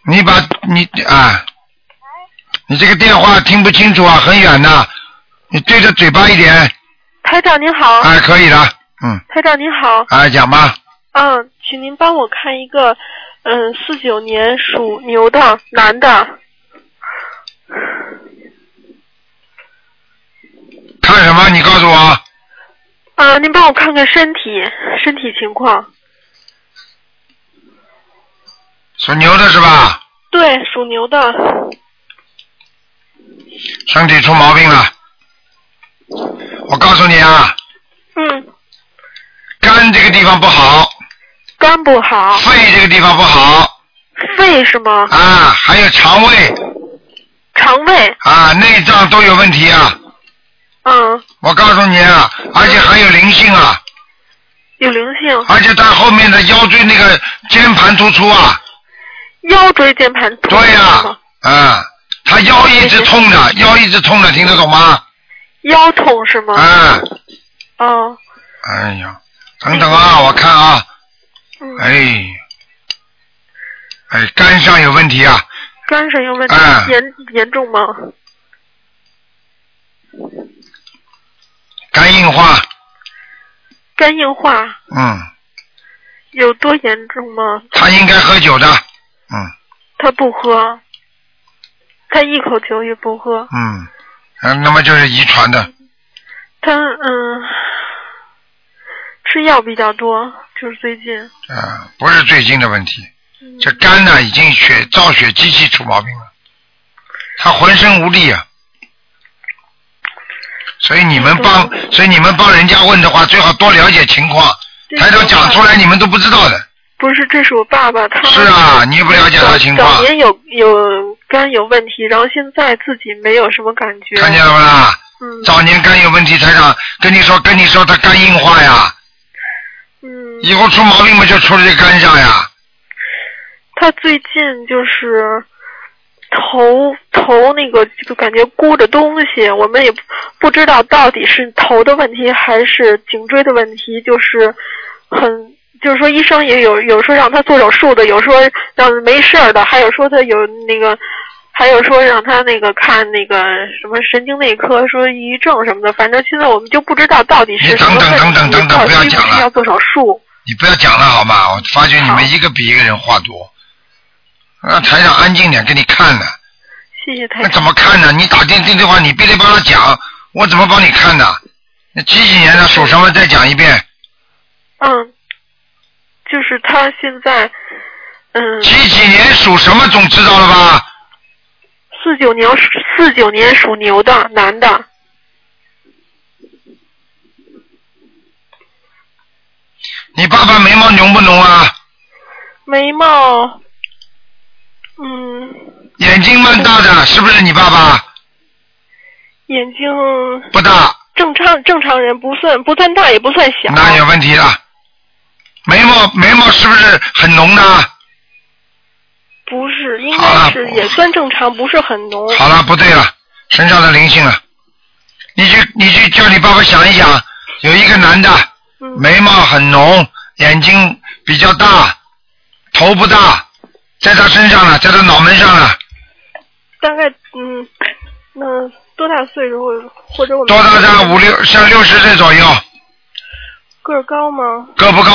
你把你啊，你这个电话听不清楚啊，很远呐、你对着嘴巴一点，
台长您好，
哎，可以了，嗯。
台长您好，
啊，讲吧，
嗯，请您帮我看一个嗯，四九年属牛的男的，
看什么？你告诉我，
啊，您帮我看看身体身体情况。
属牛的是吧？
对，属牛的，
身体出毛病了。我告诉你啊，
嗯，
肝这个地方不好，
肝不好，
肺这个地方不好
肺是吗？
啊，还有肠胃
肠胃，
啊，内脏都有问题啊。
嗯，
我告诉你啊，而且还有灵性啊，
有灵性，
而且他后面的腰椎那个间盘突出啊，
腰椎间盘突出
对呀、
吗
啊，他腰一
嗯
直痛的，腰一直痛的，听得懂吗？
腰痛是吗？
啊，
哦，
哎呀，等等啊，我看啊，
嗯，
哎，哎，肝上有问题啊，
肝上有问题，
哎
严严重吗？
肝硬化，
肝硬化
嗯，
有多严重吗？
他应该喝酒的，嗯
他不喝，他一口酒也不喝。
嗯，嗯，那么就是遗传的，
他嗯，吃药比较多，就是最近。
啊，不是最近的问题，
嗯
这肝呢已经血造血机器出毛病了，他浑身无力啊。所以你们帮，所以你们帮人家问的话，最好多了解情况。
这
抬头
是我
讲
爸
出来，你们都不知道的。
不是，这是我爸爸，他
是啊，你也不了解他情
早
况，
年有有肝有问题，然后现在自己没有什么感觉。
看见了不啦？
啊嗯
早年肝有问题，台长跟你说，跟你说他肝硬化呀，
嗯，
以后出毛病嘛就出在肝上呀。
他最近就是头头那个就感觉箍着东西，我们也不不知道到底是头的问题还是颈椎的问题，就是很。就是说，医生也有有说让他做手术的，有说让没事儿的，还有说他有那个，还有说让他那个看那个什么神经内科，说抑郁症什么的。反正现在我们就不知道到底是
你
什么
哎等等
问
等
题，
等等等
到
不
底
要
是不
讲了
是要做手术？
你不要讲了好吗？我发觉你
好
们一个比一个人话多。让台长安静点，给你看呢。
谢谢台
那
长。
怎么看呢？你打电电电话，你噼里啪啦讲，我怎么帮你看呢？那几几年的属什么？再讲一遍。
嗯，就是他现在，嗯，
几几年属什么？总知道了吧？
四九年四九年属牛的男的，
你爸爸眉毛浓不浓啊？
眉毛，嗯，
眼睛蛮大的，是不是你爸爸？
眼睛
不大，
正常正常人不算不算大也不算小，
那有问题了。眉毛眉毛是不是很浓呢？
不是应
好了
该是也算正常，不是很浓。
好了，不对了，身上的灵性了。你去你去叫你爸爸想一想，有一个男的，
嗯
眉毛很浓，眼睛比较大，头不大，在他身上了，在他脑门上了。
大概嗯，那多大岁数或者或者我们
多大在五六像六十岁左右，
个儿高吗？
个不高。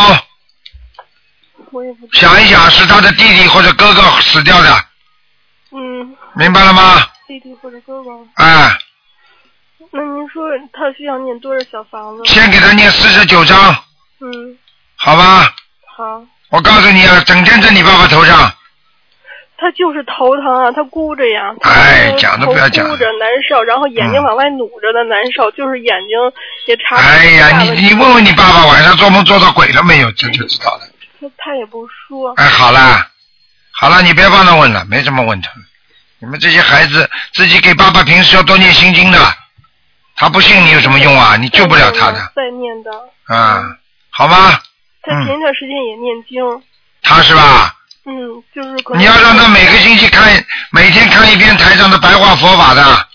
我也不知道。
想一想，是他的弟弟或者哥哥死掉的，
嗯，
明白了吗？
弟弟或者哥哥。
哎，
那您说他需要念多少小房子？
先给他念四十九章，
嗯，
好吧？
好。
我告诉你啊，整天在你爸爸头上，
他就是头疼啊，他箍着呀，他
哎
头
讲都不要讲嗯
头箍着难受，然后眼睛往外努着的难受，就是眼睛也查不出
哎呀，
大
你
问题
你问问你爸爸晚上做梦做到鬼了没有，这就知道了。
他他也不说，
哎，好啦，好了，你别帮他问了，没什么问题。你们这些孩子自己给爸爸平时要多念心经的，他不信你有什么用啊？你救不了他的
在念的，
啊，好吗？嗯
他前一段时间也念经，
他是吧？
嗯，就是可能
你要让他每个星期看，每天看一遍台上的白话佛法的，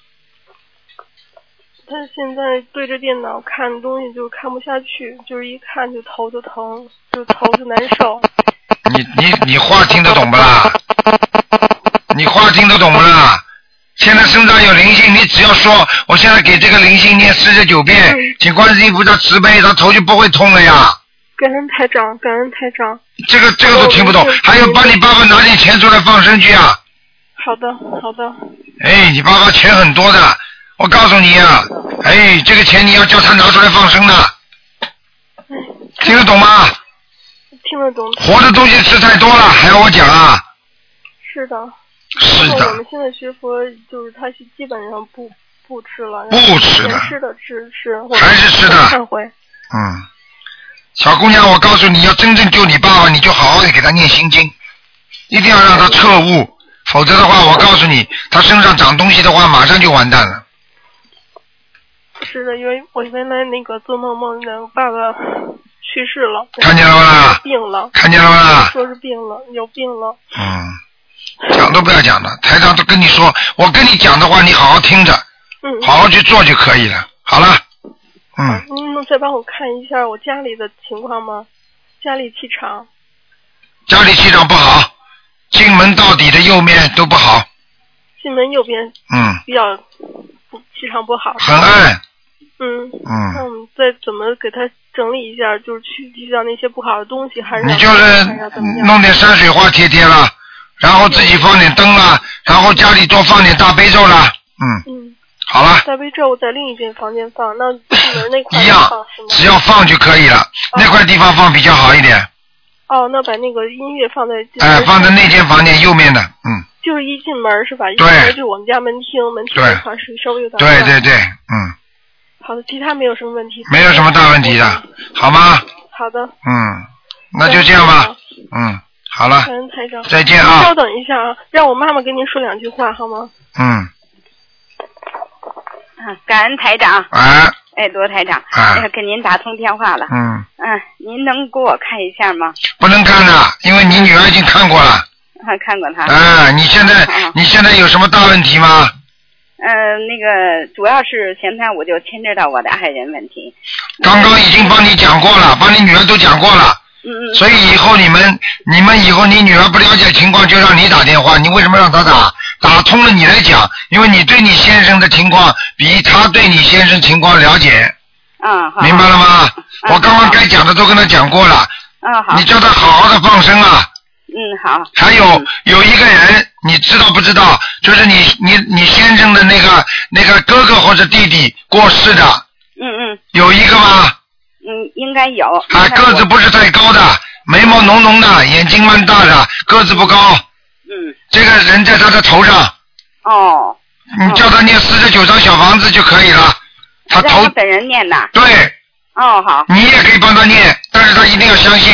他现在对着电脑看东西就看不下去，就是一看就头就疼，就头就难受，
你你你话听得懂不啦？你话听得懂不啦？现在身上有灵性，你只要说我现在给这个灵性念四十九遍，请观世音菩萨慈悲，他头就不会痛了呀。
感恩台长，感恩台长。
这个这个都听不懂
哦我明，白
还有帮你爸爸拿点钱出来放生去啊！
好的，好的，
哎，你爸爸钱很多的，我告诉你啊，哎，这个钱你要叫他拿出来放生的，听得懂吗？
听得懂。
活的东西吃太多了，还要我讲啊？
是的。
是
然后我
的，
们现在学佛，就是他是基本上不不吃了。
不吃了
了。吃的吃吃。我
还是吃的
忏悔。
嗯，小姑娘，我告诉你要真正救你爸爸，你就好好的给他念心经，一定要让他彻悟，否则的话，我告诉你，他身上长东西的话，马上就完蛋了。
是的，因为我原来那个做梦梦见我爸爸去世了，
看见了吧
病了，
看见了吧？
说是病了，有病了。
嗯，讲都不要讲了，台长都跟你说，我跟你讲的话，你好好听着，
嗯，
好好去做就可以了。好了，嗯，
您能再帮我看一下我家里的情况吗？家里气场
家里气场不好，进门到底的右面都不好，
进门右边
嗯，
比较不气场不好。
很暗，
嗯，那
嗯，
我们再怎么给他整理一下，就是去去掉那些不好的东西，还是
你
让
就
他
是
看一下怎么样
弄点山水画贴贴啦，然后自己放点灯啦，然后家里多放点大悲咒啦，嗯，
嗯，
好了，
大悲咒在另一间房间放，那进门那块
一
也
样
放是，吗？
只要放就可以了，那块地方放比较好一点，
哦，那把那个音乐放在进门
哎、放在那间房间右面的，嗯，
就是一进门是吧？一进
对
门就我们家门厅，门厅
对
那块是稍微有点
对
乱
对。对，嗯。
好的，其他没有什么问题。
没有什么大问题的，好吗？
好的，
嗯，那就这样吧。嗯，好了
感，恩台长。
再见
稍
啊。
等一下啊，让我妈妈跟您说两句话好吗？
嗯，
啊感恩台长，
嗯
哎，
哎，罗台长，
啊
哎呀，给您打通电话了。
嗯，
嗯、您能给我看一下吗？
不能看的，因为你女儿已经看过了。
啊，看过
嗯
他。
哎，你现在
啊
你现在有什么大问题吗？
嗯、那个主要是前天我就牵扯到我的爱人问题。
刚刚已经帮你讲过了，帮你女儿都讲过了，
嗯嗯，
所以以后你们你们以后你女儿不了解情况就让你打电话，你为什么让她打？打通了你来讲，因为你对你先生的情况比她对你先生情况了解。
嗯好。
明白了吗？
嗯
我刚刚该讲的都跟他讲过了，
嗯好
你。叫他好好的放生啊。
嗯好。
还有
嗯
有一个人，你知道不知道？就是你你你先生的那个那个哥哥或者弟弟过世的，
嗯嗯
有一个吗？
嗯，应该有。
啊，个子不是太高的，眉毛浓浓的，眼睛蛮大的，个子不高。
嗯
这个人在他的头上，
哦，
你叫他念四十九张小房子就可以了。他
让
头
他本人念的。
对，
哦好，
你也可以帮他念，但是他一定要相信，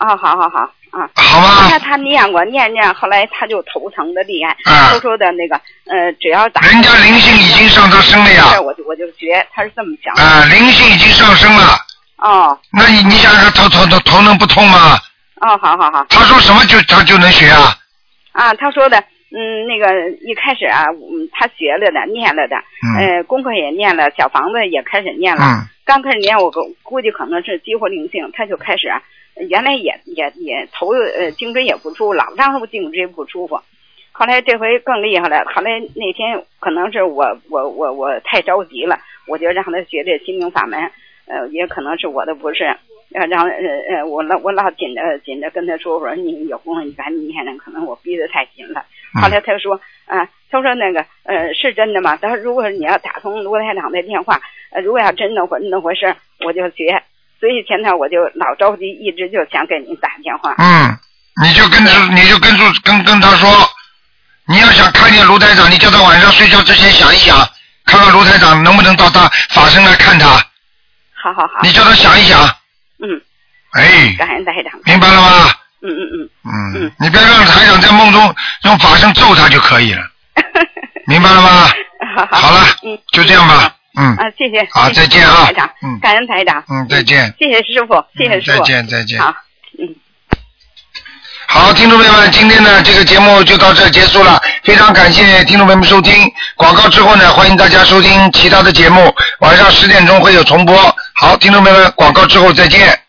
哦好好好啊。
好吗
原来？他念过念念，后来他就头疼的厉害，
啊
偷偷的那个呃，只要打
人家灵性已经上他身了呀，
这我就我就觉他是这么想的。
啊、灵性已经上升了，
哦
那你你想想头头头头能不痛吗？
哦，好好好
他说什么就他就能学啊？
啊，他说的。嗯，那个一开始啊，嗯，他学了的，念了的，
嗯
呃，功课也念了，小房子也开始念了。
嗯
刚开始念，我估估计可能是激活灵性，他就开始啊，原来也也也头呃颈椎也不舒服，老让我颈椎不舒服。后来这回更厉害了，后来那天可能是我我我我太着急了，我就让他学这心灵法门，呃，也可能是我的不是，呃，让呃呃我老我老紧着紧着跟他说，我说你有空你赶紧念念，可能我逼得太紧了。
嗯
后来他说，啊、他说那个呃是真的吗？他说如果你要打通卢台长的电话，呃，如果要真的回那回事儿，我就学。所以前头我就老着急，一直就想给您打电话。
嗯，你就跟住你就跟住跟跟他说，你要想看见卢台长，你叫他晚上睡觉之前想一想，看看卢台长能不能到他法身来看他，
好好好，
你叫他想一想，
嗯，
哎，
感恩台长，
明白了吗？
嗯嗯嗯，
嗯
嗯，
你别让台长在梦中用法身咒他就可 以了，明白了吗？
好好
好了
嗯，
就这样吧，嗯，
啊，谢谢，
好
谢谢
再见啊
台长，
嗯
感恩台长，
嗯，再见。
谢谢师傅，谢谢
嗯
师傅，
再见，再见。
好。嗯
好，听众朋友们，今天呢这个节目就到这儿结束了，非常感谢听众朋友们收听。广告之后呢，欢迎大家收听其他的节目，晚上十点钟会有重播。好，听众朋友们，广告之后再见。